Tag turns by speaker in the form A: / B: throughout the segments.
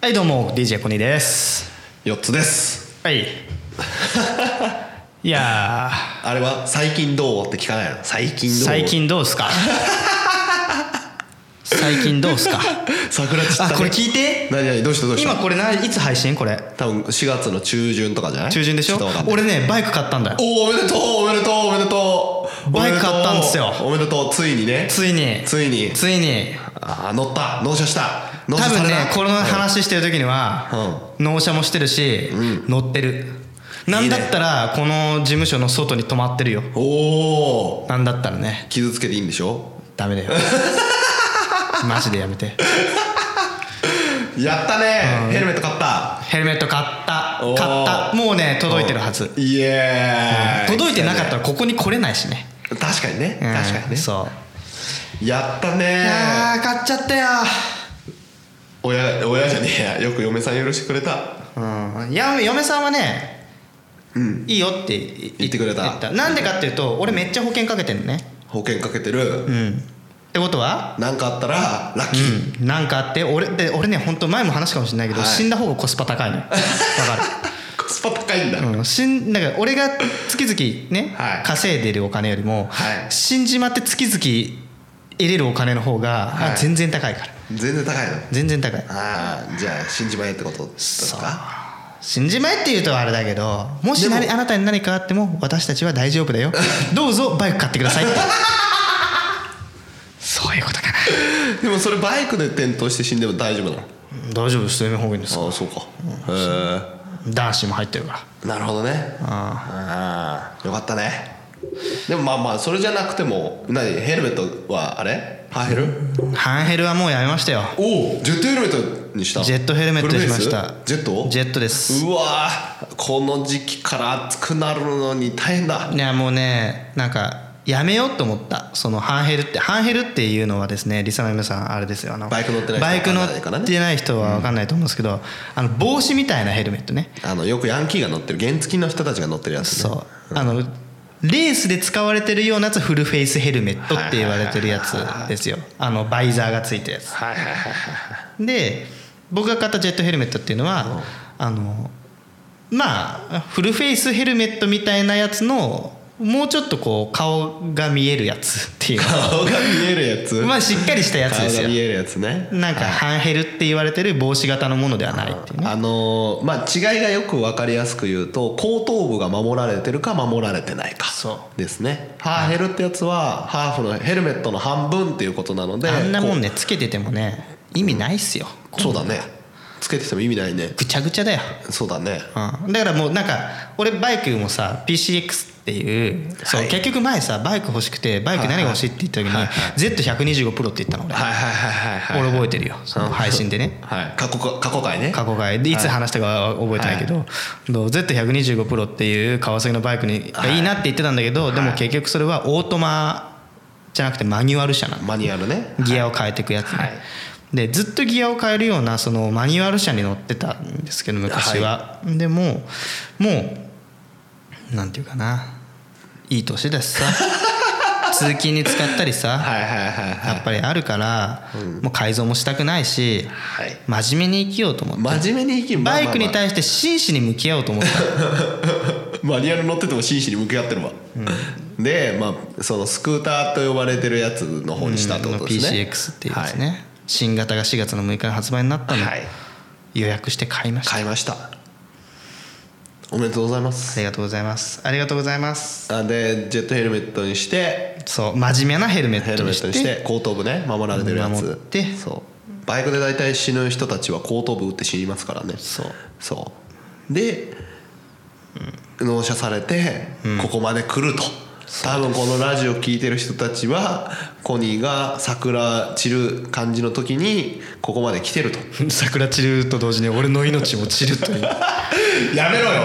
A: はいどうも DJ コニーです
B: 4つです
A: はい いやー
B: あれは最近どうって聞かないの最近どう
A: 最近どうっす か最近どうっすか
B: 桜散った
A: あ
B: ね
A: これ聞いて
B: 何何どうしたどうした
A: 今これないつ配信これ
B: 多分4月の中旬とかじゃない
A: 中旬でしょ
B: ちっとわかんない
A: 俺ねバイク買ったんだよ
B: おおおめでとうおめでとうおめでとう
A: バイク買ったんですよ
B: おめでとうついにね
A: ついに
B: ついに
A: ついに
B: あー乗った納車した納
A: 多
B: 車さ
A: 分
B: れ
A: ね
B: た
A: この話してる時には納車もしてるし乗ってるなんだったらこの事務所の外に泊まってるよ
B: おお
A: なんだったらね
B: 傷つけていいんでしょ
A: ダメだ よマジでやめて
B: やったねヘルメット買った
A: ヘルメット買った買
B: お
A: っ
B: ー
A: たもうね届いてるはず
B: イエーイ
A: 届いてなかったらここに来れないしね
B: 確かにね
A: うん
B: 確かにね
A: そう
B: やったね
A: いやー買っちゃったよ
B: 親親じゃねえやよく嫁さん許してくれた
A: うんいや嫁さんはね
B: うん
A: いいよってい
B: 言ってくれた
A: 言なんでかっていうと俺めっちゃ保険かけてんのね
B: 保険かけてる、
A: うんってことは
B: なんかあったらラッキー、
A: うんなんかあって俺で俺ね本当前も話したかもしれないけど、
B: はい
A: 死んだ方がコスパ高いの わか
B: コスパ高いんだ、
A: る、うん、死んなんか俺が月々ね、
B: はい
A: 稼いでるお金よりも、
B: はい
A: 死んじまって月々入れるお金の方が、
B: はい
A: あ全然高いから
B: 全然高いの
A: 全然高い
B: ああじゃあ死んじまえってことですか
A: 死んじまえって言うとあれだけどもしなに
B: で
A: あなたに何かあっても私たちは大丈夫だ よどうぞバイク買ってくださいってそういうことかな
B: でもそれバイクで転倒して死んでも大丈夫なの
A: 大丈夫ですよ方がいいんです
B: ああそうかへ
A: 男子も入ってるから
B: えなるほどねああよかったねでもまあまあそれじゃなくても何ヘルメットはあれハーヘル
A: ハンヘルはもうやめましたよ
B: おおジェットヘルメットにした
A: ジェットヘルメットにしまし
B: フ
A: た
B: ルフェイスジェット
A: ジェットです
B: うわーこの時期から暑くなるのに大変だ
A: いやもうねなんかやめようと思ったそのハンヘルってハンヘルっていうのはですねリサの皆さんあれですよあの
B: バイク乗ってない人
A: バイク乗
B: わかんないからね
A: ってない人は分かんないと思うんですけど、あの帽子みたいなヘルメットね
B: あのよくヤンキーが乗ってる原付きの人たちが乗ってるやつ、ね、
A: そうあのレースで使われてるようなやつフルフェイスヘルメットって言われてるやつですよあのバイザーがついたやつ
B: はいはいはいはい
A: で僕が買ったジェットヘルメットっていうのはあのまあフルフェイスヘルメットみたいなやつのもうちょっとこう顔が見えるやつっていう
B: 顔が見えるやつ
A: まあしっかりしたやつです
B: 顔が見
A: よ
B: えるやつね
A: なんかハンヘルって言われてる帽子型のものではないっていうね
B: あのーまあ違いがよく分かりやすく言うと後頭部が守られてるか守られてないか
A: そ
B: ですねハーヘルってやつはハーフのヘルメットの半分っていうことなので
A: あんなもん
B: ね
A: ねつけててもね意味ないっすよ
B: そうだねつけてても意味ないね
A: ぐちゃぐちゃだよ
B: そうだね
A: うん、だからもうなんか俺バイクもさ PCX っていう、そう
B: はい
A: 結局前さバイク欲しくてバイク何が欲しいって言った時に、
B: はい
A: Z125 プロって言ったの俺、
B: はいはいはいはい
A: 俺
B: はい
A: 覚えてるよその配信でね
B: はい過去か過去回ね
A: 過去回でいつ話したかは覚えてないけど、どう Z125 プロっていう川崎のバイクにがいいなって言ってたんだけど、でも結局それはオートマじゃなくてマニュアル車なの
B: マニュアルね
A: ギアを変えていくやつね、
B: はい
A: でずっとギアを変えるようなそのマニュアル車に乗ってたんですけど昔は、でももうなんていうかないい年だし さ通勤に使ったりさ、
B: はいはいはいは
A: やっぱりあるから、もう改造もしたくないし
B: いはい
A: 真面目に生きようと思って、
B: 真面目に生きるまあま
A: バ
B: あ
A: イ
B: まあ
A: クに対して真摯に向き合おうと思った
B: マニュアル乗ってても真摯に向き合ってるわ、で、まあ、そのスクーターと呼ばれてるやつの方に したってことですね、
A: PCX っていうですね、新型が4月の6日に発売になった
B: はい、
A: の、
B: はい
A: 予約して買いました
B: 買いましたおめでとうございます
A: ありがとうございますありがとうございます
B: あでジェットヘルメットにして
A: そう真面目なヘルメッ
B: ヘ
A: ト
B: ルメ
A: に
B: ッ
A: し
B: ト
A: て
B: にして後頭部ね守られてるやつ
A: 守って
B: そうバイクで大体死ぬ人たちは後頭部打って死にますからね
A: そう
B: そうで、納車されてここまで来ると、多分このラジオ聞いてる人たちはコニーが桜散る感じの時にここまで来てると
A: 桜散ると同時に俺の命も散ると いう
B: やめろよ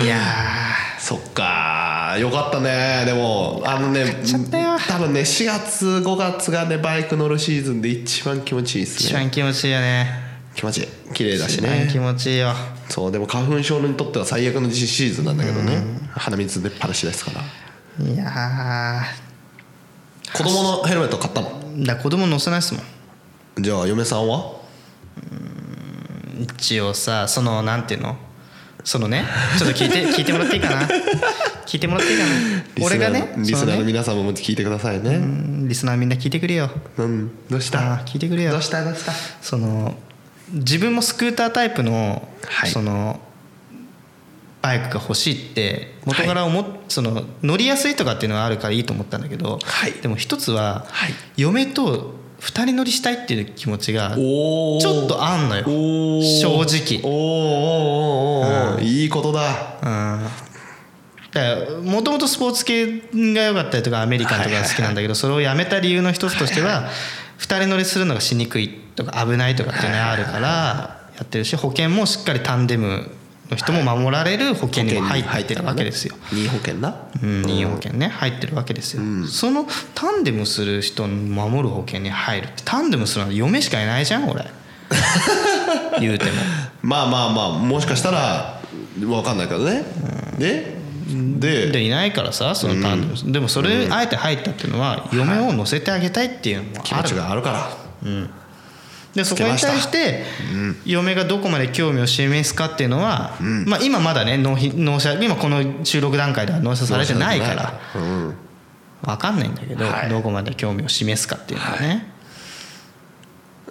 A: いや
B: そっかよかったねでもあのね
A: ちゃったよ
B: 多分ね4月5月がねバイク乗るシーズンで一番気持ちいいで
A: ー
B: す
A: 一
B: ね
A: 番気持ちいいよね
B: 気持ちいい綺麗だし
A: 一番気
B: ね
A: 持ちいいよ
B: そうでも花粉症にとっては最悪のシーズンなんだけどね鼻水出っ放しですから
A: いや
B: 子供のヘルメット買ったの
A: ーだから子供乗せないっすもん
B: じゃあ嫁さんは
A: 一応さそのなんていうのそのねちょっと聞 いて聞いてもらっていいかな聞いてもらっていいかな俺がね
B: リスナーリ
A: そ
B: スナーの
A: のね
B: 皆さんも聞いてくださいうね
A: んリスナーみんな聞いてくれよ
B: うんどうした
A: あー聞いてくれよ
B: どうしたどうした
A: その自分もスクータータイプの,、
B: はい
A: そのバイクが欲しいって元から思っ、その乗りやすいとかっていうのはあるからいいと思ったんだけど、
B: はい
A: でも一つは、
B: はい
A: 嫁と2人乗りしたいっていう気持ちがち
B: おお
A: ょっとあんのよ
B: おー
A: 正直
B: おーおーおーおーいいことだ
A: もともとスポーツ系が良かったりとかアメリカンとかが好きなんだけどそれをやめた理由の一つとしては2人乗りするのがしにくいとか危ないとかっていうのがあるからやってるし保険もしっかりタンデムの人も守られる保険にも入ってるわけですよ。
B: 任意保険な
A: うん任意保険ね入ってるわけですよ、そのタンデムする人を守る保険に入るってタンデムするのは嫁しかいないじゃ ん俺言うても
B: まあまあまあもしかしたら分かんないけどねでで
A: でいないからさそのタンデム、でもそれあえて入ったっていうのは嫁を乗せてあげたいっていうのも
B: 気
A: あ
B: 持
A: る
B: ちがあるから
A: でそこに対して嫁がどこまで興味を示すかっていうのは、まあ、今まだね納品納車今この収録段階では納車されてないから
B: うん
A: 分かんないんだけど、
B: はい
A: どこまで興味を示すかっていうのはね、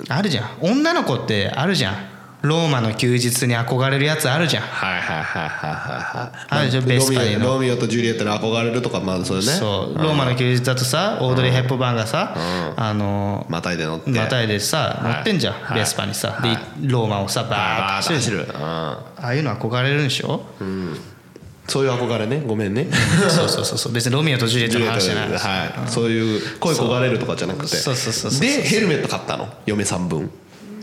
A: あるじゃん女の子ってあるじゃんローマの休日に憧れるやつあるじゃん
B: はいはいはいはいはい
A: あるでしょベスパリの
B: ロミオロミオとジュリエットに憧れるとかまあそれね
A: そうローマの休日だとさオードリー・ヘップバーンがさ、あの
B: またいで乗って
A: またいでさ
B: はい
A: 乗ってんじゃん、
B: はい
A: ベスパにさ、でローマをさバーッ
B: バーッ
A: と走
B: と走
A: る
B: るうん
A: ああいうの憧れるんでしょ、
B: そういう憧れねごめ んね
A: そうそうそうそう別にロミオとジュリエットの話じゃないです
B: はいそういう恋焦がれるとかじゃなくて
A: そうそうそうそう
B: でヘルメット買ったの嫁さん分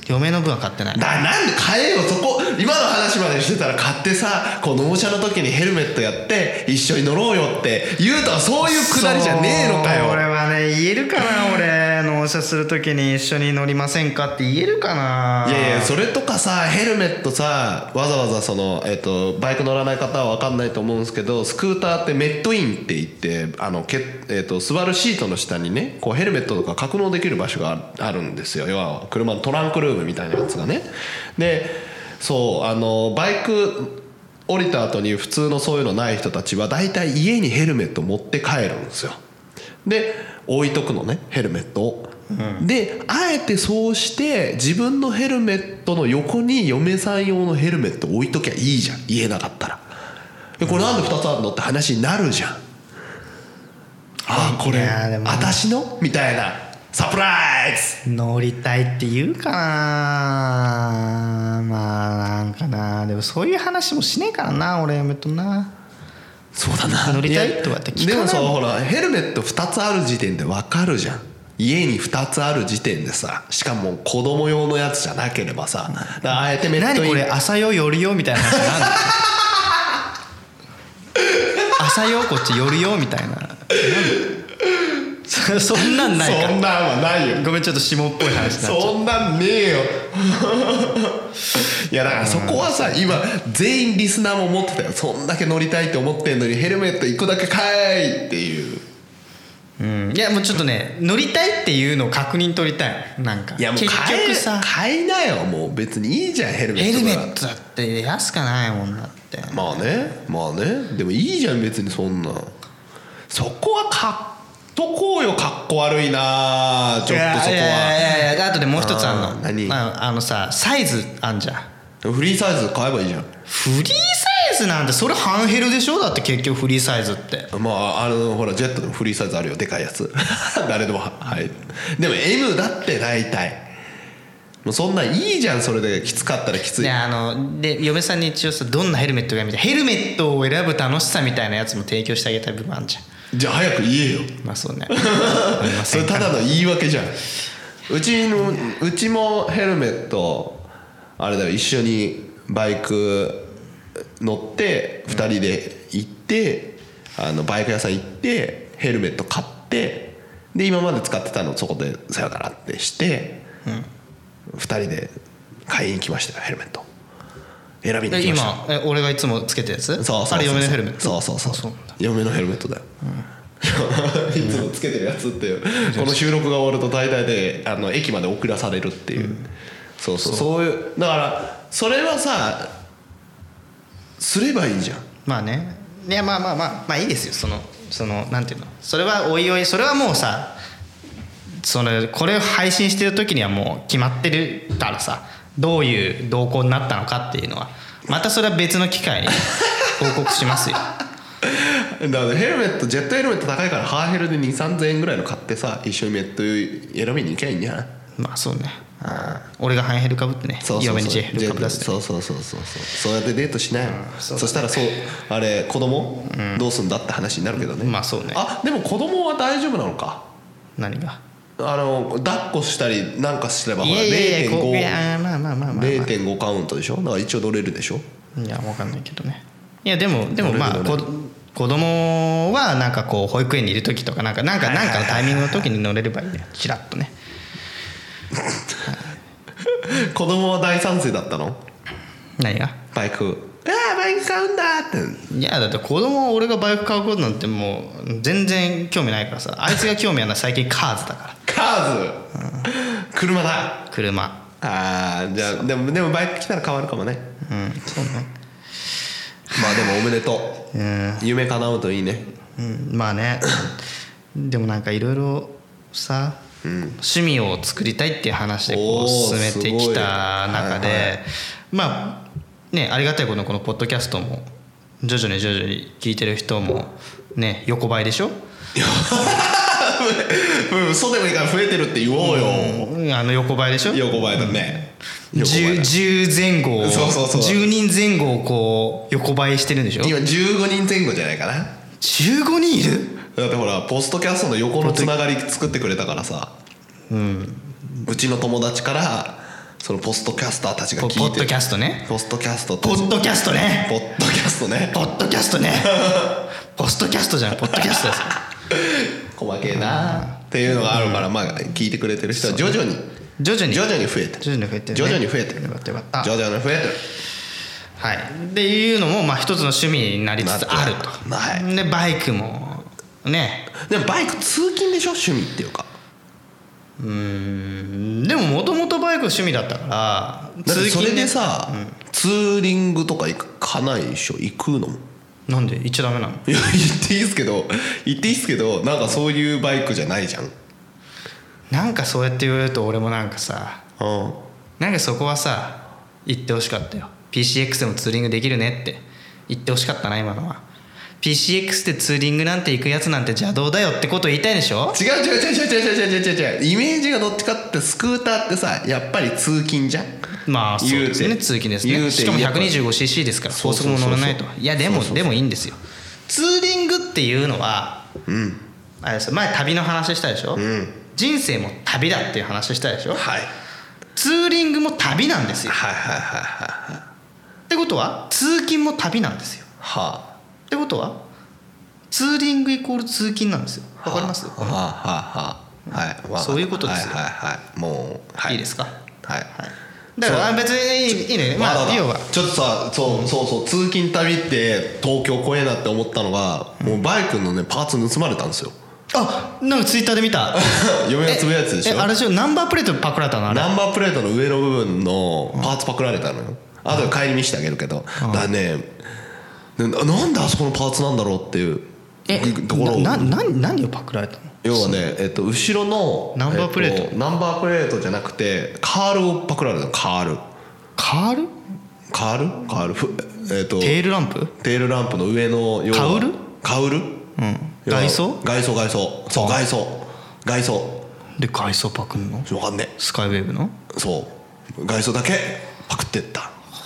A: 嫁の分は買ってない
B: だなんで買えよそこ今の話までしてたら買ってさこう納車の時にヘルメットやって一緒に乗ろうよって言うとはそういうくだりじゃねえのか
A: そう俺
B: よ
A: はね言えるかな俺納車するときに一緒に乗りませんかって言えるかない
B: やいやそれとかさヘルメットさわざわざその、えっとバイク乗らない方は分かんないと思うんですけどスクーターってメットインって言ってあのけ、えっと座るシートの下にねこうヘルメットとか格納できる場所がああるんですよ要は車のトランクルームみたいなやつがねでそうあのバイク降りた後に普通のそういうのない人たちは大体家にヘルメット持って帰るんですよで置いとくのねヘルメットを、であえてそうして自分のヘルメットの横に嫁さん用のヘルメット置いときゃいいじゃん言えなかったらでこれなんで2つあるのって話になるじゃんああこ
A: い
B: れ
A: やーでも
B: 私のみたいなサプライズ
A: 乗りたいって言うかなまあなんかなでもそういう話もしねえからな俺嫁とな
B: そうだな
A: 乗りたい
B: や
A: とかって聞か
B: で
A: ない
B: もさほらヘルメット2つある時点で分かるじゃん家に2つある時点でさしかも子供用のやつじゃなければさだからあえてメット
A: 何
B: イ
A: こ
B: ン
A: れ朝よ寄るよみたいな話なん だ朝よこっち寄るよみたいななんだそそんなんないか
B: そんなんはないよ
A: ごめんちょっと下っぽい話になっちゃう
B: そんなんねえよ いやだからそこはさ今全員リスナーも思ってたよそんだけ乗りたいって思ってんのにヘルメット1個だけかいっていう
A: うんいやもうちょっとね乗りたいっていうのを確認取りたいなんか
B: いやもう
A: 結
B: 買え
A: 局さ
B: 買いなよもう別にいいじゃんヘルメッ
A: ヘ
B: ト
A: ル
B: なら
A: メットだって安かないもんだって
B: まあねまあねでもいいじゃん別にそんなそこはかっとこうよかっこ悪いなちょっとそこ
A: いやい
B: は
A: やいやいやあとでもう一つあんの
B: あー何
A: まあ、あのさサイズあんじゃん
B: フリーサイズ買えばいいじゃん
A: フリーサイズなんてそれ半ヘルでしょだって結局フリーサイズって
B: まああのほらジェットでもフリーサイズあるよでかいやつ誰でもははいでも M だって大体もうそんなんいいじゃんそれできつかったらきつい
A: であので嫁さんに一応さどんなヘルメットがいいみたいなヘルメットを選ぶ楽しさみたいなやつも提供してあげたい部分あんじゃん
B: じゃあ早く言えよ
A: まあそうねありま
B: そ
A: せん
B: れ
A: か
B: ただの言い訳じゃんうちのうちもヘルメットあれだよ一緒にバイク乗って2人で行ってあのバイク屋さん行ってヘルメット買ってで今まで使ってたのそこでさよならってして2人で買いに来ましたよヘルメット選び に
A: で
B: 来ました
A: 今え俺がいつもつけてるやつ
B: そうそうそ
A: あ
B: う
A: れ嫁のヘルメット
B: そうそうそう
A: あそう
B: 嫁のヘルメットだよ、 いつもつけてるやつっていう、この収録が終わると大体であの駅まで送らされるっていう、そうそうそういうだからそれはさすればいいじゃん
A: まあねいやまあまあまあまあいいですよそのそのなんていうのそれはおいおいそれはもうさそのこれを配信してる時にはもう決まってるからさどういう動向になったのかっていうのはまたそれは別の機会に報告し ますよ
B: だからヘルメットジェットヘルメット高いからハーヘルで2 3 0円ぐらいの買ってさ一緒にメット選びに行きゃいいんじゃない
A: まあそうね俺がハイヘルかぶってね
B: そうそう
A: 嫁に
B: そう
A: ジェヘルかぶらせて
B: そうそうそうそうそうそうやってデートしないよ、
A: そうだね
B: そしたらそうあれ子供、どうすんだって話になるけどね、
A: まあそうね
B: あでも子供は大丈夫なのか
A: 何が
B: あの抱っこしたりなんかすればほら
A: いやいやいやこうい
B: 0.5
A: やまあまあまあまあ、まあ、
B: 0.5カウントでしょだから一応乗れるでしょ
A: いやわかんないけどねいやでもでも
B: どれ
A: まあこ
B: どれ
A: 子供はなんかこう保育園にいる時とかなんかなんかなんかのタイミングの時に乗れればいいねチラッとね
B: 子供は大賛成だったの
A: 何が
B: バイクああバイク買うんだって
A: いやだって子供は俺がバイク買うことなんてもう全然興味ないからさあいつが興味あるのは最近カーズだか
B: カーズ、車だ
A: ら車
B: あーじゃあでもでもバイク来たら変わるかもね
A: うんそうね
B: まあでもおめでとう
A: うん
B: 夢叶うといいね
A: うんまあねでもなんかいろいろさ、趣味を作りたいっていう話でこ
B: お
A: う進
B: ー
A: めてきた中です
B: ごいはいは
A: まあねありがたいことにこのポッドキャストも徐々に徐々に聞いてる人もね横ばいでしょ
B: うん嘘でもいいから増えてるって言おうよ、
A: うんあの横ばいでしょ
B: 横ばいだね、横ばい
A: 10,
B: だ
A: 10前後を
B: そうそうそう
A: 10人前後をこう横ばいしてるんでしょ
B: 今15人前後じゃないかな
A: 15人いる
B: だってほらポストキャストの横のつながり作ってくれたからさ
A: うん
B: うちの友達からそのポストキャスターたちが
A: ポ
B: 聞いて
A: ポッドキャストね
B: ポストキャストって
A: ポッドキャストね
B: ポッドキャストね
A: ポッドキャスト ね。ポストキャストじゃん、ポッドキャストです。
B: 細けえなっていうのがあるからまあ聞いてくれてる人は徐々に
A: 徐々に。
B: 徐々に増えてる
A: 徐々に増えてる、
B: 徐々に増えてる
A: よかったよかった
B: 徐々に増えてる
A: はい。っていうのも、まあ、一つの趣味になりつつあると。
B: まあは
A: で、バイクも。ね。
B: でもバイク通勤でしょ趣味っていうか
A: うんでも、もともとバイク趣味だったから。
B: だってそれで
A: ね。
B: さ、ツーリングとか行かないでしょ行くのも
A: なんで、行っちゃダメなの。
B: いや言っていいっすけど言っていいっすけどなんかそういうバイクじゃないじゃん
A: なんか、そうやって言われると、俺もなんかさ。
B: うん
A: なんか、そこはさ。言ってほしかったよ。P. C. X. でもツーリングできるねって。言ってほしかったな、今のは。PCX でツーリングなんて行くやつなんて邪道だよってことを言いたいでしょ
B: 違う違う違う違う違う違う違う違うイメージがどっちかってスクーターってさやっぱり通勤じゃん
A: まあそう
B: 言う
A: で
B: て
A: すね通勤です
B: 言う
A: ね
B: て
A: しかも
B: やっぱ
A: 125cc ですから
B: そ
A: 高
B: うそう
A: 速
B: そう
A: も
B: そう
A: 乗らないといやでも
B: そうそうそう
A: でもいいんですよツーリングっていうのは
B: うん
A: あれですよ前旅の話したでしょ、
B: ん
A: 人生も旅だっていう話したでしょ
B: はい
A: ツーリングも旅なんですよ
B: はいはいはいはいはい
A: ってことは通勤も旅なんですよ
B: は
A: ってことはツーリングイコール通勤なんですよ
B: あ
A: わかります
B: はあはあはあはいわかった
A: そういうことですよ
B: はいはいはいもうはい
A: いですか
B: はい
A: はいだから
B: そう
A: 別にいいいいねま
B: わざわ
A: あ
B: ざ
A: 要は
B: ちょっとさそう,、そうそう通勤旅って東京怖えなって思ったのが、もうバイクのねパーツ盗まれたんですよ
A: あなんかツイッターで見た
B: 嫁 がつぶやいたやつでし
A: え
B: ょ
A: あれでしょナンバープレートパクられたのあれ
B: ナンバープレートの上の部分のパーツパクられたのよ、あとで帰り見してあげるけど、だからねななんであそこのパーツなんだろうっていうところを
A: なな何何をパクられたの
B: 要はね、えっと、後ろの
A: ナンバープレート
B: えっとナンバープレートじゃなくてカールをパクられたのカール
A: カール
B: カールカールふえっと
A: テールランプ
B: テールランプの上の要は
A: カウル
B: カウル
A: うん
B: 要は
A: 外装
B: 外装外装そう外装外装
A: で外装パクんの
B: わかんね
A: スカイウェーブの
B: えそう外装だけパクってった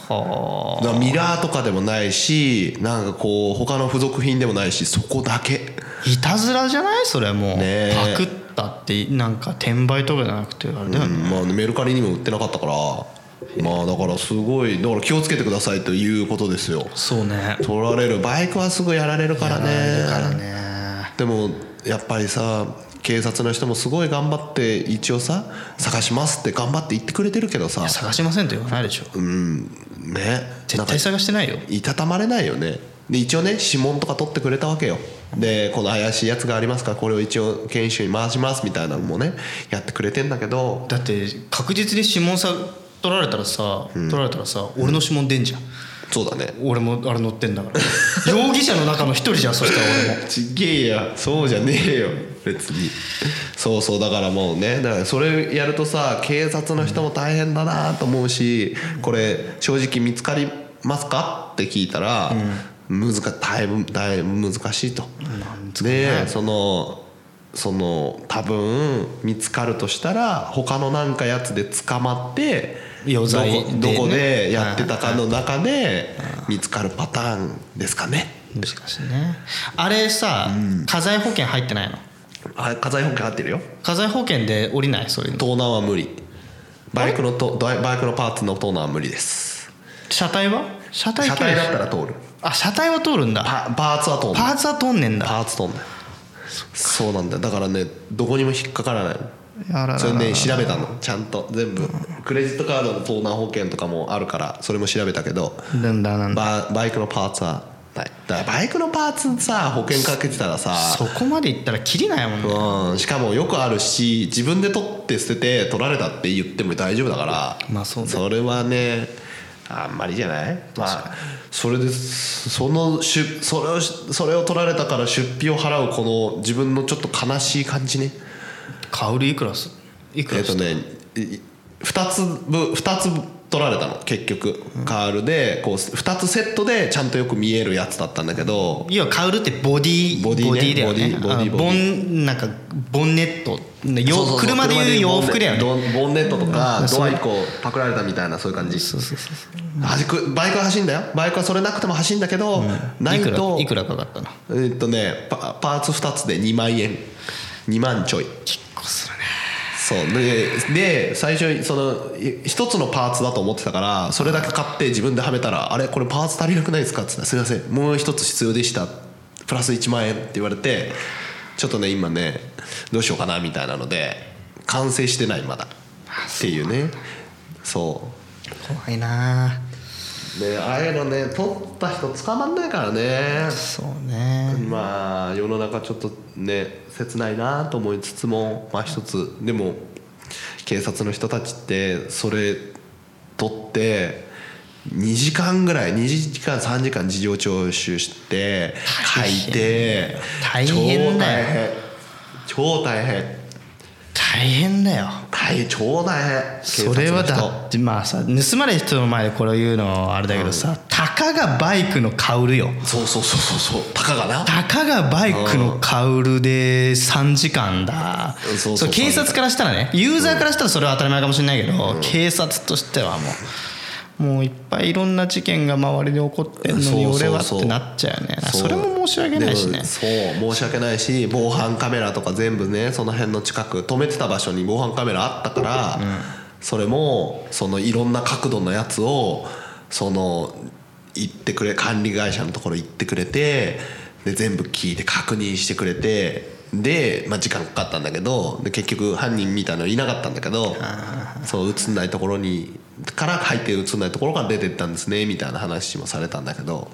A: はあ
B: だからミラーとかでもないしなんかこう他の付属品でもないしそこだけ
A: いたずらじゃないそれもう、
B: ねえ
A: パクったってなんか転売とかじゃなくてあれだよね、
B: まあメルカリにも売ってなかったからまあだからすごいだから気をつけてくださいということですよ
A: そうね
B: 取られるバイクはすぐやられるからね
A: だからね
B: でもやっぱりさ警察の人もすごい頑張って一応さ探しますって頑張って言ってくれてるけどさ
A: 探しませんと言わないでしょ
B: うんね
A: 絶対
B: なんか
A: 探してないよ
B: いたたまれないよねで一応ね指紋とか取ってくれたわけよでこの怪しいやつがありますからこれを一応研修に回しますみたいなのもねやってくれてんだけど
A: だって確実に指紋さ取られたらさ取られたらさ、俺の指紋出んじゃん
B: そうだね
A: 俺もあれ乗ってんだから 容疑者の中の一人じゃんそしたら俺も
B: ちげえやそうじゃねえよ別にそうそうだからもうねだからそれやるとさ警察の人も大変だなと思うしこれ正直見つかりますかって聞いたら、難だいぶだいぶ難しいと。でそのその多分見つかるとしたら他のなんかやつで捕まって
A: 余罪
B: どこ
A: でね
B: どこでやってたかの中で見つかるパターンですかね。
A: 難しいねあれさ、家財保険入ってないの
B: あ家財保険入ってるよ
A: 家財保険で降りないそういうの
B: 盗難は無理バイクのとバイバイクのパーツの盗難は無理です
A: 車体は車体
B: 車体だっ
A: ら
B: たら通る
A: あ車体は通るんだ
B: パパーツは通ん
A: パ
B: ない
A: ーツは通んねんだ
B: パーツ通んないそうなんだよだからねどこにも引っかからない
A: あららら
B: それね調べたのちゃんと全部クレジットカードの盗難保険とかもあるからそれも調べたけど
A: なんだなんだ
B: ババイクのパーツはないだからバイクのパーツさ保険かけてたらさ
A: そこまでいったらキリないもんね
B: うんしかもよくあるし自分で取って捨てて取られたって言っても大丈夫だから
A: まあそうね
B: れはねあんまりじゃないまあそれでその出それをそれを取られたから出費を払うこの自分のちょっと悲しい感じね
A: カウルいくらすいく
B: え
A: ら
B: っ
A: す
B: とねい2つ分2つ取られたの結局カールでこう2つセットでちゃんとよく見えるやつだったんだけど
A: 要はカウルってボディ
B: ボディね
A: だよね
B: ボディボディ
A: あのボンなんかボンネットよ
B: そうそうそう
A: 車でいう洋服だよね
B: ボンネボンネットとか
A: うん
B: ドア1個パクられたみたいなそういう感じ
A: そうそうそうそう
B: 端くバイクは走んだよバイクはそれなくても走んだけど、ない
A: いくら
B: と
A: いくらかかったの
B: えーっとねパパーツ2つで2万円2万ちょい
A: 結構するね
B: そうでで最初そのい一つのパーツだと思ってたからそれだけ買って自分ではめたら「あれこれパーツ足りなくないですか?」っつったらすいませんもう一つ必要でしたプラス1万円」って言われてちょっとね今ねどうしようかなみたいなので完成してないまだっていうねそう
A: 怖いな
B: ねああいうのね取った人捕まんないからね
A: そうね
B: まあ世の中ちょっとね切ないなと思いつつもまあ一つでも警察の人たちってそれ取って2時間ぐらい2時間3時間事情聴取して書
A: 大変
B: いて
A: 大変だ
B: よ超大変
A: 大変だよ
B: 大変超大変
A: それは
B: 警察の人
A: だってまあさ盗まれる人の前でこれを言うのはあれだけどさ、たかがバイクのカウルよ
B: そうそうそうそうそうたかがな
A: たかがバイクのカウルで3時間だ
B: うんそうそう
A: れ警察からしたらねユーザーからしたらそれは当たり前かもしれないけど、警察としてはもうもういっぱいいろんな事件が周りで起こってんのに
B: そうそう
A: 俺
B: そ
A: は
B: う
A: ってなっちゃうよね
B: う
A: それも申し訳ないし
B: で
A: ね
B: もそう申し訳ないし防犯カメラとか全部ねその辺の近く止めてた場所に防犯カメラあったから、それもそのいろんな角度のやつをその行ってくれ管理会社のところ行ってくれてで全部聞いて確認してくれてで、まあ、時間かかったんだけどで結局犯人みたいなのいなかったんだけどそう映んないところにから入って映んないところから出てったんですねみたいな話もされたんだけど。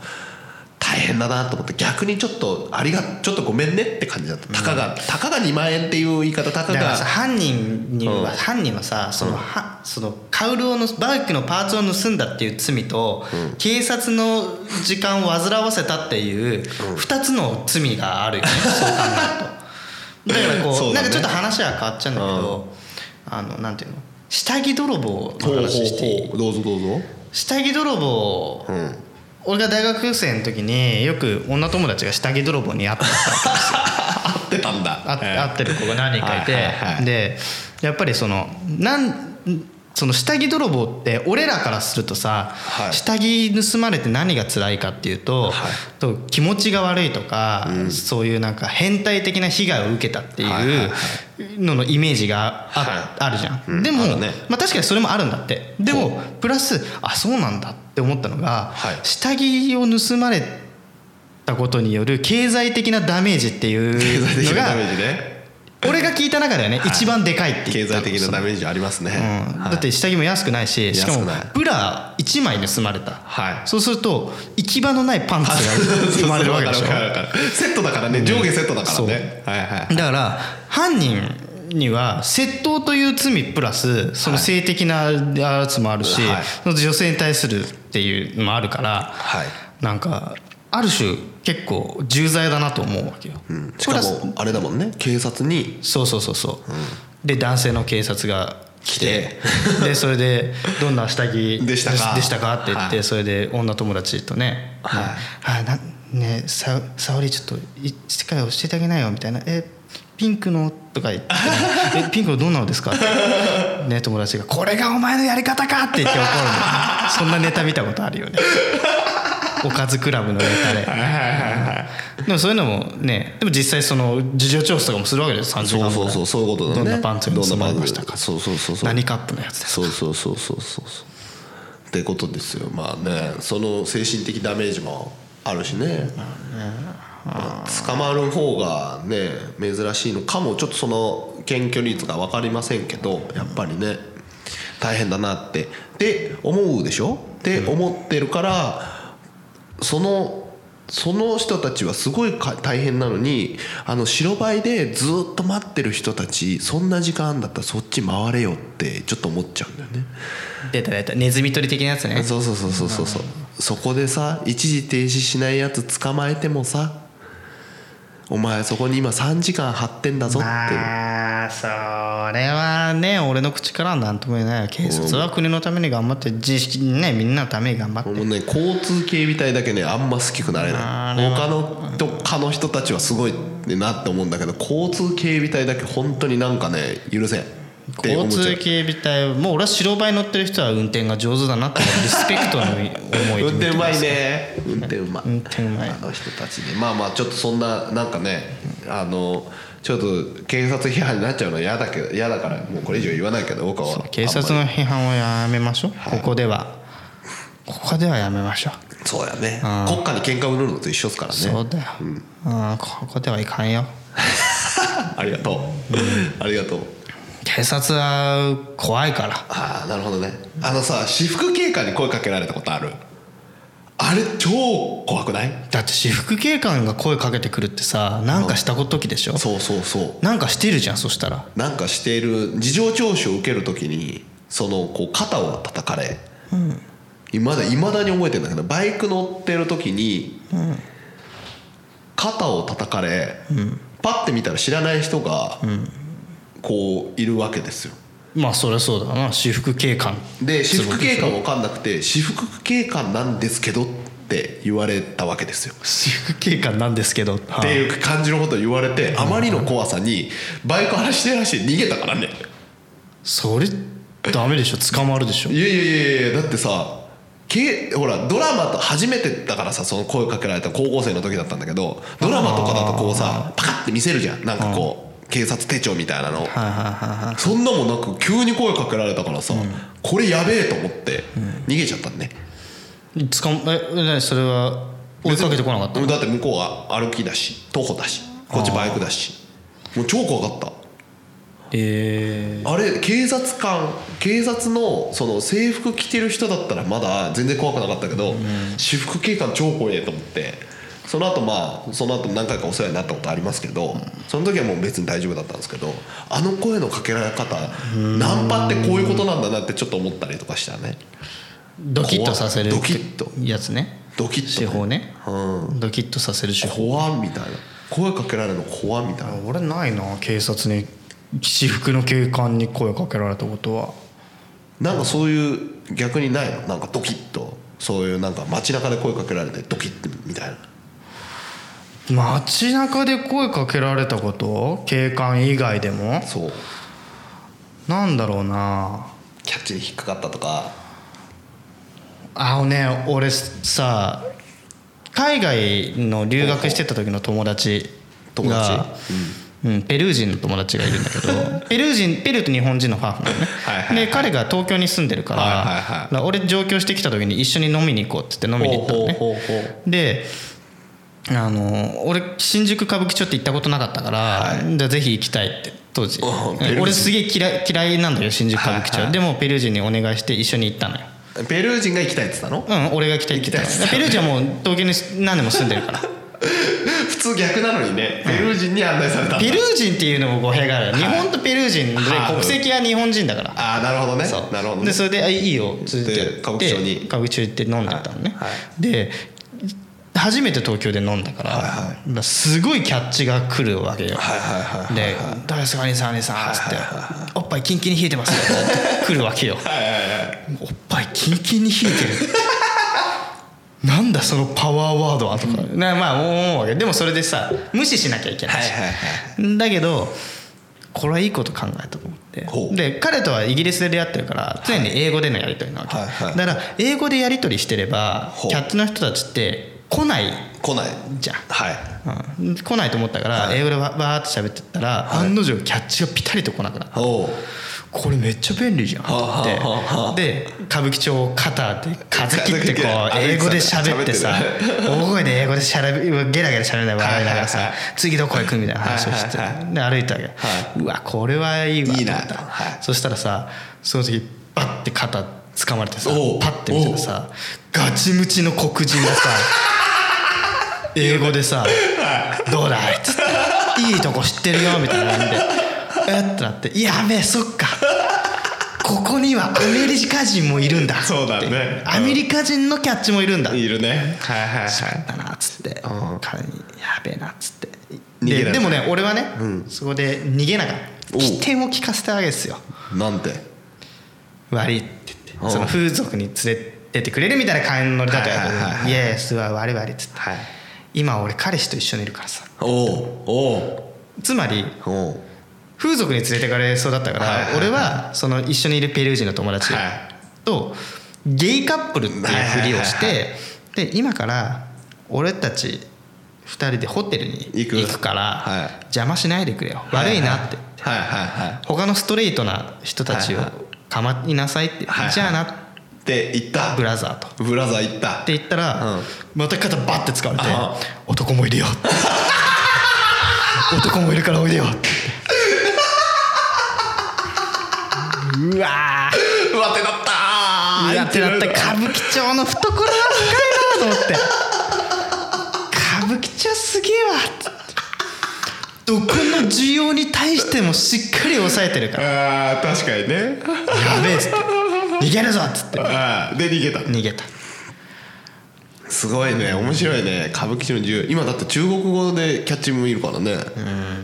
B: 大変だなと思って逆にちょっとありがちょっとごめんねって感じだったたかが、たかが2万円っていう言い方たか
A: だから
B: が
A: さ犯人には、
B: うん
A: 犯人はさその,、はそのカウルをのバイクのパーツを盗んだっていう罪と、警察の時間を煩わせたっていう2つの罪があるよね、そう考え るとだからこう
B: そうだね
A: なんかちょっと話は変わっちゃうんだけど、あのなんていうの下着泥棒の
B: ほうほうほ
A: 話していいう
B: どうぞどうぞ
A: 下着泥棒、
B: ん
A: 俺が大学生の時によく女友達が下着泥棒に会った
B: 合ってたんだ
A: あ合ってる子が何人かいて
B: はいはいはい
A: でやっぱりそのなんその下着泥棒って俺らからするとさ、
B: はい
A: 下着盗まれて何が辛いかっていうと,、
B: はい
A: と気持ちが悪いとか、そういうなんか変態的な被害を受けたって
B: はいはい
A: い
B: は
A: うののイメージがあ,、
B: は
A: あるじゃん、
B: うん
A: でも
B: あるね
A: まあ、確かにそれもあるんだってでもプラスあそうなんだって思ったのが、
B: はい
A: 下着を盗まれたことによる経済的なダメージっていう
B: 経済的
A: の
B: なダ
A: が
B: メージね
A: 俺が聞いた中ではね、一番でかいって言っ
B: 経
A: た
B: 済的なダメージありますね、
A: うん
B: はい
A: だって下着も安くないししかも
B: 安くない
A: ブラ1枚盗まれた、
B: はい
A: そうすると行き場のないパンツ が生まれるわけでしょ
B: そうそうわかるわかるわかるセットだからね上下セットだからね、はいはい
A: だから犯人には窃盗という罪プラスその性的なやつもあるし、
B: はい
A: その女性に対するっていうのもあるから、
B: はい
A: なんかある種結構重罪だなと思うわけよ、
B: うんしか
A: これは
B: もあれだもんね警察に
A: そうそうそうそう、で男性の警察が来てでそれで「どんな下着
B: でしたか
A: でしたか?」って言って、
B: は
A: それで女友達とね「
B: はい
A: あなねさ沙織ちょっとい世界教えてあげなよ」みたいな「えピンクの?」とか言ってね、え ピンクのどんなのですか?」って、ね、友達が「これがお前のやり方か!」って言って怒る のそんなネタ見たことあるよね。おかずクラブのネタででもそういうのもねでも実際その事情調査とかもするわけです3時
B: そ
A: 間
B: う
A: ぐら
B: そう
A: い
B: そうそういうことだ
A: ど
B: ね
A: んなパンツに
B: ど
A: 詰
B: んな
A: ま
B: パ
A: り
B: ンツ
A: ましたか
B: そうそうそうそう
A: 何カップのやつです
B: そうそうそうそうそうそうってことですよまあねその精神的ダメージもあるしね,、まあ捕まる方がね珍しいのかもちょっとその検挙率が分かりませんけどやっぱりね大変だなってで思うでしょって思ってるから、そのその人たちはすごいか大変なのにあの白バイでずっと待ってる人たちそんな時間だったらそっち回れよってちょっと思っちゃうんだよね。
A: 出た出たネズミ捕り的なやつね
B: そうそうそうそうそうそうそこでさ一時停止しないやつ捕まえてもさお前そこに今3時間張ってんだぞって、
A: まあそれはね俺の口からは何とも言えないよ警察は国のために頑張って自意識にねみんなのために頑張って
B: もうね交通警備隊だけねあんま好きくなれ
A: あ
B: ない他のどっかの人たちはすごいなって思うんだけど交通警備隊だけ本当になんかね許せんって思
A: 交
B: っちゃう
A: 通警備隊もう俺は白バイ乗ってる人は運転が上手だなってリスペクトの思いで
B: 運
A: 見
B: 転
A: て
B: う
A: ま
B: ますいね運転うまい
A: 運転うまい
B: あの人たちねまあまあちょっとそんななんかねあのちょっと警察批判になっちゃうの嫌だけど嫌だからもうこれ以上言わないけど僕は
A: 警察
B: あんま
A: の批判はやめましょうここではここではやめましょう
B: りそうやね国家に喧嘩売るのと一緒ですからね
A: そうだよ、うん、ここではいかんよ
B: ありがとう、ありがとう
A: 警察は怖いから
B: ああなるほどねあのさ私服警官に声かけられたことあるあれ超怖くない
A: だって私服警官が声かけてくるってさなんかした時でしょ
B: そうそうそう
A: なんかしてるじゃんそしたら
B: なんかしている事情聴取を受けるときにそのこう肩を叩かれ、今だ未だに覚えてるんだけどバイク乗ってる時に肩を叩かれ、パッて見たら知らない人がこういるわけですよ
A: まあそりゃそうだな私服警官
B: で私服警官も分かんなくて「私服警官なんですけど」って言われたわけですよ
A: 私服警官なんですけどって
B: っていう感じのことを言われてあまりの怖さにバイク走してらして逃げたからね
A: それダメでしょ捕まるでしょ
B: いやいやいやいやだってさけほらドラマと初めてだからさその声かけられた高校生の時だったんだけどドラマとかだとこうさパカッて見せるじゃんなんかこう警察手帳みたいなの
A: はいはいはいはい
B: そんなもんなく急に声かけられたからさこれやべえと思って逃げちゃったんね
A: 捕まえ何それは追いかけてこなかった
B: だって向こうは歩きだし徒歩だしこっちバイクだしもう超怖かった
A: え
B: あれ警察官警察のその制服着てる人だったらまだ全然怖くなかったけど、私服警官超怖えと思ってその後まあその後何回かお世話になったことありますけど、その時はもう別に大丈夫だったんですけどあの声のかけられ方、ナンパってこういうことなんだなってちょっと思ったりとかしたね
A: ドキッとさせる
B: ドキッと
A: やつね
B: ドキッ
A: 手
B: とね、
A: 法ね
B: うん
A: ドキッとさせる手法
B: 怖っみたいな声かけられるの怖っみたいな
A: 俺ないな警察に私服の警官に声かけられたことは
B: なんかそういう逆にないのなんかドキッとそういうなんか街中で声かけられてドキッてみたいな
A: 街中で声かけられたこと警官以外でも
B: そう
A: なんだろうな
B: キャッチに引っかかったとか
A: あのね俺さ海外の留学してた時の友達
B: 友達
A: がうん、ペルー人の友達がいるんだけ どペルー人ペルーと日本人のハーフなのね
B: はいはいはい
A: で彼が東京に住んでるから,、
B: はいはいはい
A: 俺上京してきた時に一緒に飲みに行こうって言って飲みに行ったのね
B: ほうほうほうほ
A: であの俺新宿歌舞伎町って行ったことなかったから、
B: はい
A: じゃあぜひ行きたいって当時
B: おうペルー人
A: 俺すげえ嫌い嫌いなんだよ新宿歌舞伎町、
B: はいはい
A: でもペルー人にお願いして一緒に行ったのよ
B: ペルー人が行きたいって言ったの
A: うん俺が行きたいって言った
B: 行き
A: の
B: た
A: ペルー人はもう東京に何年も住んでるから
B: 普通逆なのにねペルー人に案内されたんだ
A: ペルー人っていうのも語弊がある、日本とペルー人で
B: ハーフ
A: 国籍は日本人だから
B: ああなるほどね
A: そう
B: なるほどね
A: でそれで「あいいよ」つって
B: で歌舞伎町に
A: 歌舞伎町行って飲んでたのね、
B: はいは
A: で初めて東京で飲んだから、
B: は
A: まあすごいキャッチが来るわけよ、
B: はいはいはいはい
A: で「誰ですか兄さん兄さん」っつって
B: はいは
A: 「おっぱいキンキンに冷えてますよ」って来るわけよ
B: はいはいはい
A: おっぱいキンキンに冷えてるってなんだそのパワーワードはとか、なまあ思うわけでもそれでさ無視しなきゃいけないし、
B: はいはい
A: だけどこれはいいこと考えたと思
B: ほ
A: っ
B: う
A: てで彼とはイギリスで出会ってるから常に英語でのやり取りなわけ、
B: はいはい
A: だから英語でやり取りしてれば
B: ほう
A: キャッチの人たちって来ない
B: 来ない
A: じゃん
B: はい
A: うん、来ないと思ったから英語でバーって喋ってったら
B: い
A: 案の定キャッチがピタリと来なくなった
B: おう
A: これめっちゃ便利じゃんと思って
B: はあはあはあ
A: で歌舞伎町を肩で風切ってこう
B: 風切って
A: 英語で喋ってさ大声で英語でしゃべゲラゲラしゃべない笑いながら
B: はい
A: さ
B: はい
A: 次どこ行くみたいな話をして
B: はいはい
A: で歩いたわけうわこれはいいわと
B: いい
A: 思
B: な
A: った
B: はい
A: そしたらさその時パッて肩掴まれてさ
B: おう
A: パッて見たらさガチムチの黒人が さ英語でさ「どうだい?」っつって「いいとこ知ってるよ」みたいな感じで「えっ?」てなって「やべえそっかここにはアメリカ人もいるんだ」
B: そうだね
A: って
B: うん
A: アメリカ人のキャッチもいるんだ」
B: いるねはいはい
A: しま
B: は
A: ったなっつって
B: うん
A: 彼に「やべえな」っつって
B: 逃げられ
A: で
B: た
A: でもね俺はね
B: うん
A: そこで逃げなかっ
B: お
A: た
B: う
A: 起点を聞かせたわけですよ
B: いなんて
A: 悪いって言っ
B: うん
A: てその風俗に連れてってくれるみたいな感じのノリだった
B: はいはいはい
A: ら「
B: はい
A: イエスは悪い悪い」っつって
B: はい
A: 今俺彼氏と一緒にいるからさ
B: おうおう
A: つまり
B: おう
A: 風俗に連れてかれそうだったから、
B: はいはいはい
A: 俺はその一緒にいるペルー人の友達
B: は
A: とゲイカップルっていうふりをして、
B: はいはい
A: で今から俺たち2人でホテルに
B: 行く
A: 行くから
B: はい
A: 邪魔しないでくれよ、悪いなって
B: はいはいはい
A: 他のストレートな人たちを
B: はいは
A: かまいなさいって、
B: はいはい
A: じゃあな、
B: って言った
A: ブラザーと。
B: ブラザー行った
A: って言ったら、
B: うん
A: また肩バッて使われて
B: あ
A: 「男もいるよ」 男もいるからおいでよ」うわ
B: うわってなった
A: ー
B: ー
A: うわってなった歌舞伎町の懐は深いなと思って歌舞伎町すげえわってどこの需要に対してもしっかり抑えてるから
B: あー確かにね
A: 「やべえ」っつって「逃げるぞ」っつって
B: あーで逃げた
A: 逃げた
B: すごいね面白いね歌舞伎町の自由今だって中国語でキャッチもいるからね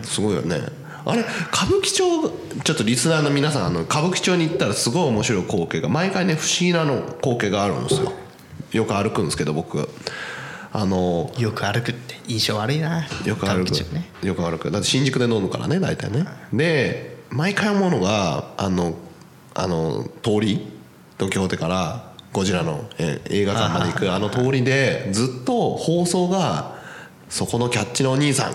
B: すごいよねあれ歌舞伎町ちょっとリスナーの皆さんあの歌舞伎町に行ったらすごい面白い光景が毎回ね不思議なの光景があるんですよよく歩くんですけど僕あの
A: よく歩くって印象悪いな
B: よく歩
A: 歌舞伎町
B: く、
A: ね
B: よく歩くだって新宿で飲むからね大体ねで毎回思うのがあのあの通り東京手からゴジラのえ映画館まで行くあの通りでずっと放送がそこのキャッチのお兄さん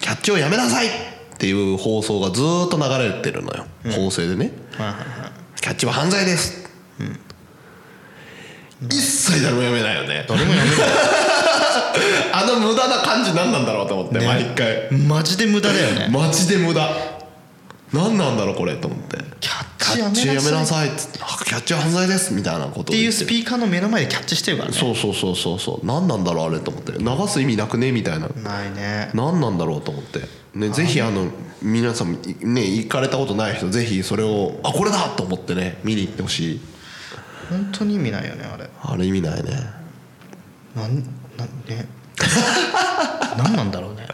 B: キャッチをやめなさいっていう放送がずっと流れてるのよ法政でね、キャッチは犯罪です、一切誰もやめないよね
A: 誰もやめない
B: あの無駄な感じ何なんだろうと思って、
A: ね
B: 毎回
A: マジで無駄だよね
B: マジで無駄何なんだろうこれと思って
A: キャ
B: キャ
A: ッ
B: ッ
A: チ
B: チ
A: や
B: や
A: め
B: め
A: な
B: な
A: さいっ
B: さいっつってあキャッチは犯罪ですみたいなことを
A: ていう
B: 言って
A: スピーカーの目の前でキャッチしてるからね
B: そうそうそうそうそう何なんだろうあれと思って流す意味なくねみたいな
A: ないね
B: 何なんだろうと思って、ね、ぜひあの皆さんいね行かれたことない人ぜひそれをあこれだと思ってね見に行ってほしい
A: 本当に意味ないよねあれ
B: あれ意味ないね
A: なん なんね何なんだろうね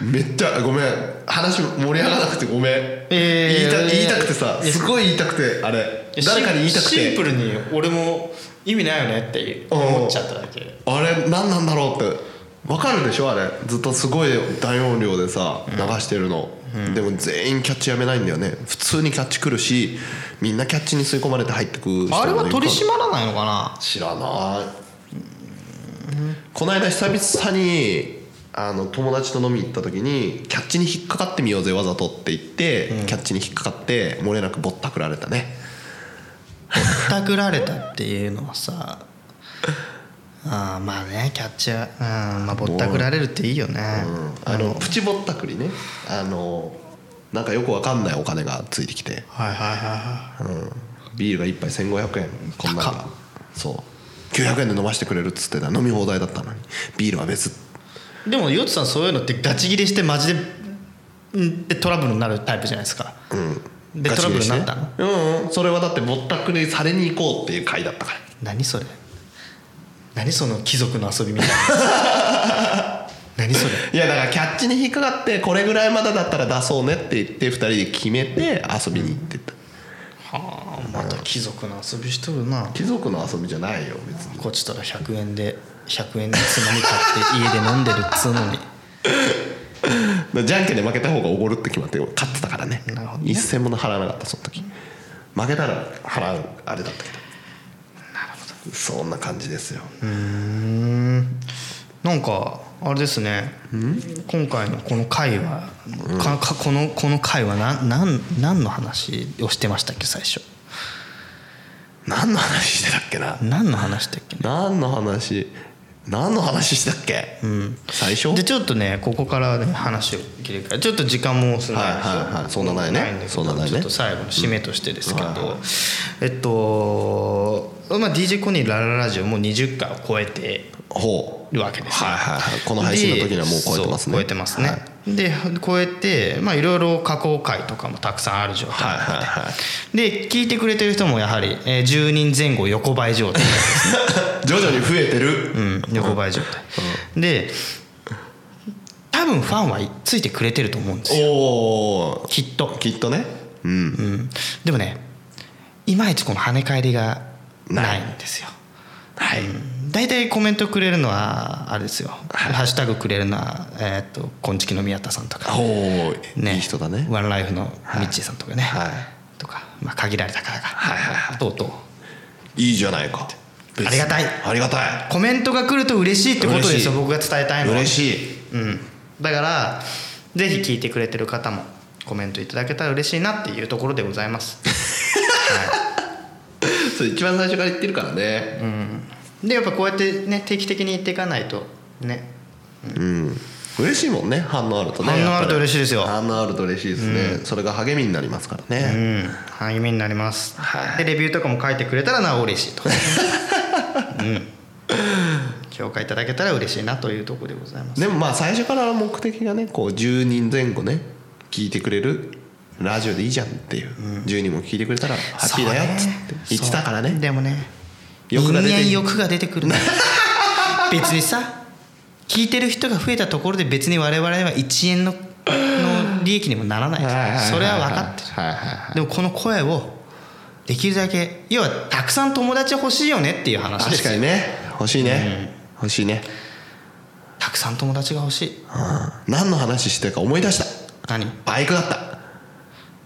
B: めっちゃごめん話盛り上がらなくてごめん、
A: え
B: 言いた
A: いや
B: 言いたくてさ
A: いや
B: すごい言いたくてあれ誰かに言いたくて
A: シンプルに俺も意味ないよねって思っちゃっただけ
B: あれ何なんだろうってわかるでしょあれずっとすごい大音量でさ流してるの、でも全員キャッチやめないんだよね普通にキャッチ来るしみんなキャッチに吸い込まれて入ってく人もいるから
A: あれは取り締まらないのかな
B: 知らないこの間久々にあの友達と飲み行った時にキャッチに引っかかってみようぜわざとって言って、キャッチに引っかかって漏れなくぼったくられたね
A: たくられたっていうのは さあーまあねキャッチャー、うんまあ、ぼったくられるっていいよね、
B: あのプチぼったくりねあのなんかよくわかんないお金がついてきて
A: はいはいはいは
B: うんビールが1杯1500円こんなの
A: 高
B: が
A: っ
B: そう900円で飲ませてくれるっつってた飲み放題だったのにビールは別
A: いでもヨッツさんそういうのってガチ切りしてマジでんでトラブルになるタイプじゃないですか
B: うん
A: で
B: ガチ切りして
A: トラブルになっ
B: うん、うん、それはだってぼったくりされに行こうっていう回だったから
A: 何それ何その貴族の遊びみたいな 何それ
B: いやだからキャッチに引っかかってこれぐらいまだだったら出そうねって言って2人で決めて遊びに行ってった
A: はあまた貴族の遊びしとるな
B: 貴族の遊びじゃないよ別に
A: こっちとら100円で100円でつまみ買って家で飲んでるっつうのに
B: だからじゃんけんで負けた方がおごるって決まって勝ってたからね
A: なるほどね
B: 一銭も払わなかったその時負けたら払うあれだったけどそんな感じですよ
A: うんなんかあれですね今回のこの回は、かかこのこの回は何なん何の話をしてましたっけ最初
B: 何の話してたっけな
A: 何の話だっけ
B: 何の話何の話してたっけ、最初
A: でちょっとねここからね話を切り替えちょっと時間もそんなに
B: はいはいはいそんなないね
A: だけど
B: そんなないね
A: ちょっと最後の締めとしてですけど、
B: うんはいはい
A: えっと、まあ、DJ コニーラララジオもう20回を超えて
B: ほう
A: るわけですよ
B: はいはいはいこの配信の時にはもう超えてま
A: でそ
B: すね
A: う超えてますね、
B: はい
A: で超えてまあいろいろ加工会とかもたくさんある状態
B: はいはいはい
A: で聞いてくれてる人もやはり、えー10人前後横ばい状態
B: 徐々に増えてる、
A: うん、横ばい状態、で多分ファンはついてくれてると思うんですよ
B: おお
A: きっと、
B: きっとねうん
A: うん、でもねいまいちこの跳ね返りがないんですよ
B: はい
A: 大体コメントくれるのはあれですよ、ハッシュタグくれるのは「えーっとこんちきの宮田さん」とか、
B: おおいい人だね
A: ワンライフのミッチーさんとかね、
B: はい
A: とか、まあ、限られた方が、
B: いはいは
A: とうとう
B: いいじゃないか
A: ありがたい
B: ありがた
A: コメントが来ると嬉しいってことです
B: 嬉しい
A: よ僕が伝えたい
B: い
A: のは
B: 嬉しい
A: うん、だからぜひ聞いてくれてる方もコメントいただけたら嬉しいなっていうところでございます、は
B: そう一番最初から言ってるからね
A: い、でやっぱこうやってね定期的に言っていかないとね
B: うん嬉しいもんね反応あるとね
A: 反応あると
B: やっぱり
A: 嬉しいですよ
B: 反応あると嬉しいですねそれが励みになりますから
A: う
B: ね
A: ん励みになります、
B: はい
A: でレビューとかも書いてくれたらなお嬉しいと、うん、評価いただけたら嬉しいなというところでございます
B: でもまあ最初から目的がねこう10人前後ね聞いてくれるラジオでいいじゃんっていう10人も聞いてくれたらハッピーだよっつって言ってたから
A: そう
B: ね
A: でもね
B: 欲が出て
A: 人間欲が出てくるね別にさ聞いてる人が増えたところで別に我々は1円のの利益にもならない
B: はいはいはいはい
A: それは分かって
B: はいはいは
A: る
B: い
A: でもこの声をできるだけ要はたくさん友達欲しいよねっていう話で
B: 確
A: すよ
B: かにね欲しいね欲しいね
A: たくさん友達が欲しい
B: うん何の話してるか思い出した
A: 何
B: バイクだった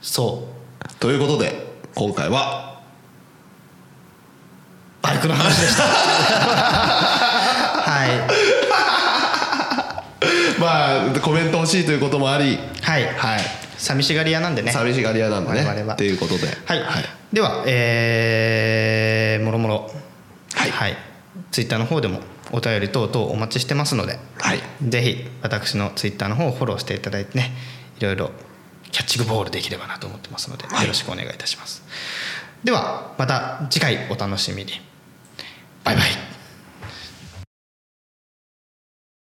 A: そう
B: ということで今回は
A: バイクの話でしたはい
B: まあコメント欲しいということもあり
A: はい
B: はい
A: 寂しがり屋なんでね
B: 寂しがり屋なんで
A: 我々
B: ね
A: は
B: っていうことでは
A: はい、では、えー、もろもろ、
B: はい
A: ツイッターの方でもお便り等々お待ちしてますので、
B: はい
A: ぜひ私のツイッターの方をフォローしていただいてね、いろいろキャッチングボールできればなと思ってますので、
B: はい
A: よろしくお願いいたします。では、また次回お楽しみに。バイバイ。